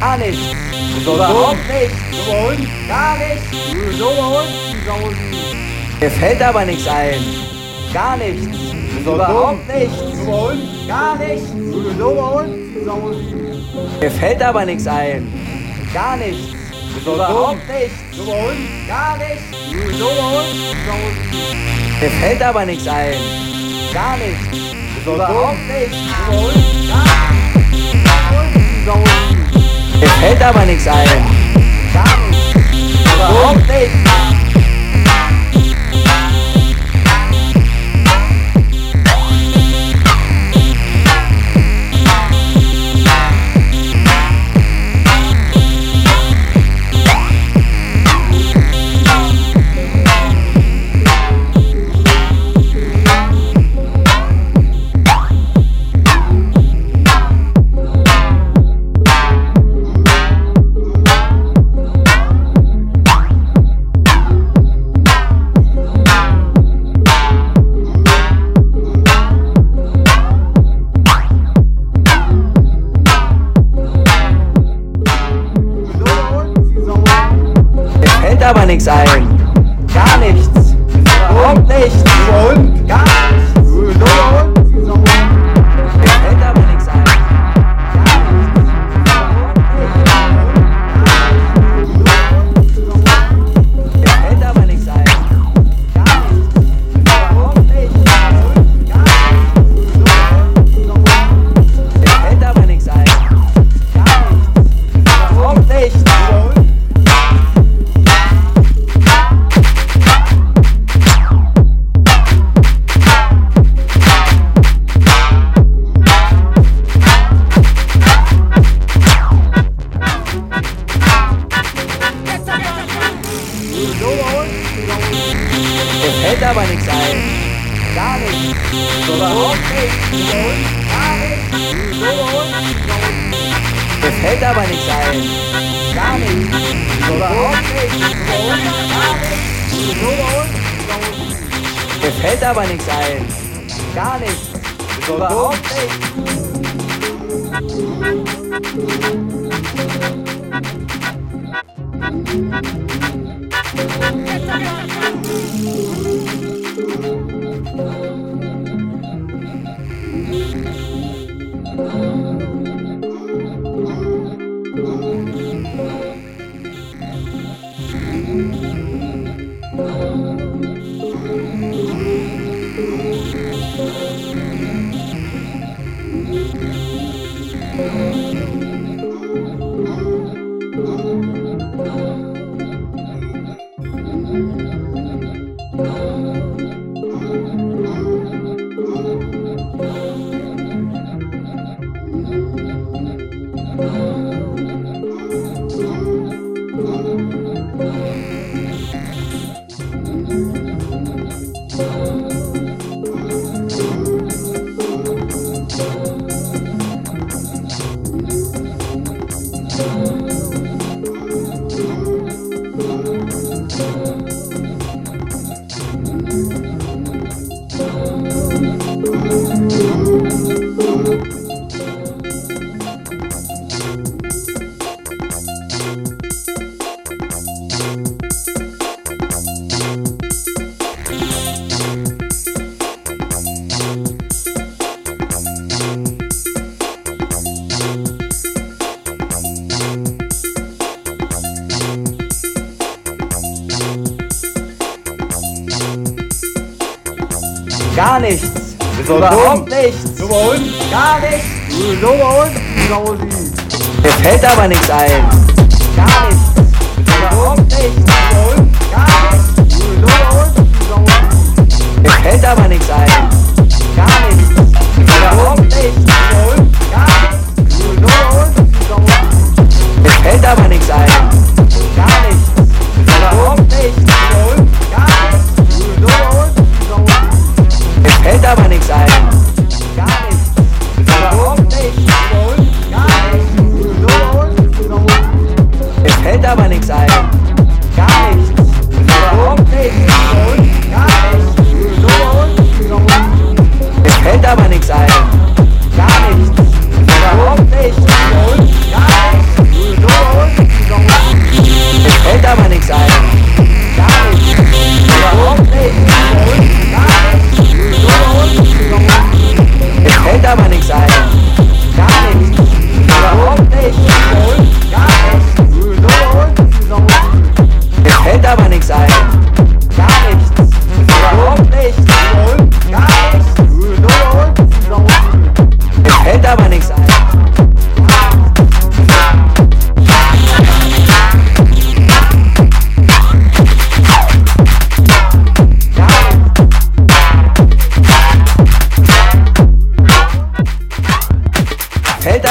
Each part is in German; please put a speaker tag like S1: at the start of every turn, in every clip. S1: Gar nicht. Überhaupt nicht.
S2: Nummer und?
S1: Gar nicht.
S2: Nummer und? Sausen.
S1: Mir fällt aber nichts ein. Gar nichts.
S2: doch
S1: Überhaupt
S2: dumm.
S1: nichts.
S2: Nummer und?
S1: Gar nichts.
S2: Nummer und? Sausen.
S1: Mir fällt aber nichts ein. Gar nichts.
S2: doch
S1: Überhaupt nichts.
S2: Nummer und?
S1: Gar nichts.
S2: Nummer und? Sausen.
S1: Mir fällt aber nichts ein. Gar nichts.
S2: Ist doch dumm.
S1: Überhaupt nichts.
S2: Nummer und? Sausen.
S1: Mir fällt aber nichts ein. Gar nichts. Überhaupt nichts.
S2: Nummer und? Sausen.
S1: Mir fällt aber nichts ein. Gar nichts. Überhaupt nichts.
S2: Nummer und?
S1: Gar nichts.
S2: Nummer und? Sausen.
S1: Mir fällt aber nichts ein. Gar nichts. Mir fällt aber nichts ein. Gar nichts. Überhaupt nichts. Gar nichts. Mir fällt aber nichts ein. Gar nichts. Überhaupt nichts. Mir fällt aber nichts ein. Gar nichts. Überhaupt nichts. Gar nichts. Mir fällt aber nichts ein. Gar nichts. Überhaupt nichts. Gar nichts. Mir fällt aber nichts ein. Gar nichts. Überhaupt nichts. Gar nichts.
S2: doch
S1: Überhaupt
S2: dumm.
S1: nichts.
S2: Nummer und?
S1: Gar nichts.
S2: Nummer und? Sausen.
S1: Mir fällt aber nichts ein. Gar nichts. Überhaupt nichts. Gar nichts. Mir fällt aber nichts ein. Gar nichts. Überhaupt nichts. Gar nichts. Mir fällt aber nichts ein. Gar nichts. Überhaupt nichts. Gar nichts. Mir fällt aber nichts ein. Gar nichts. Überhaupt nichts. Gar nichts. Mir fällt aber nichts ein. Gar nichts. Überhaupt nichts. Gar nichts. Mir fällt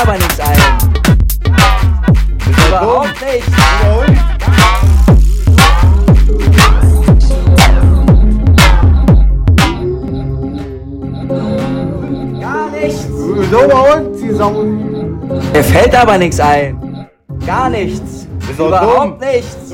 S1: aber nichts ein. Überhaupt nicht.
S2: Wiederholen.
S1: Gar nichts.
S2: Sauber und zieh sauber.
S1: Mir fällt aber nichts ein. Gar nichts.
S2: Bist doch
S1: Überhaupt nichts.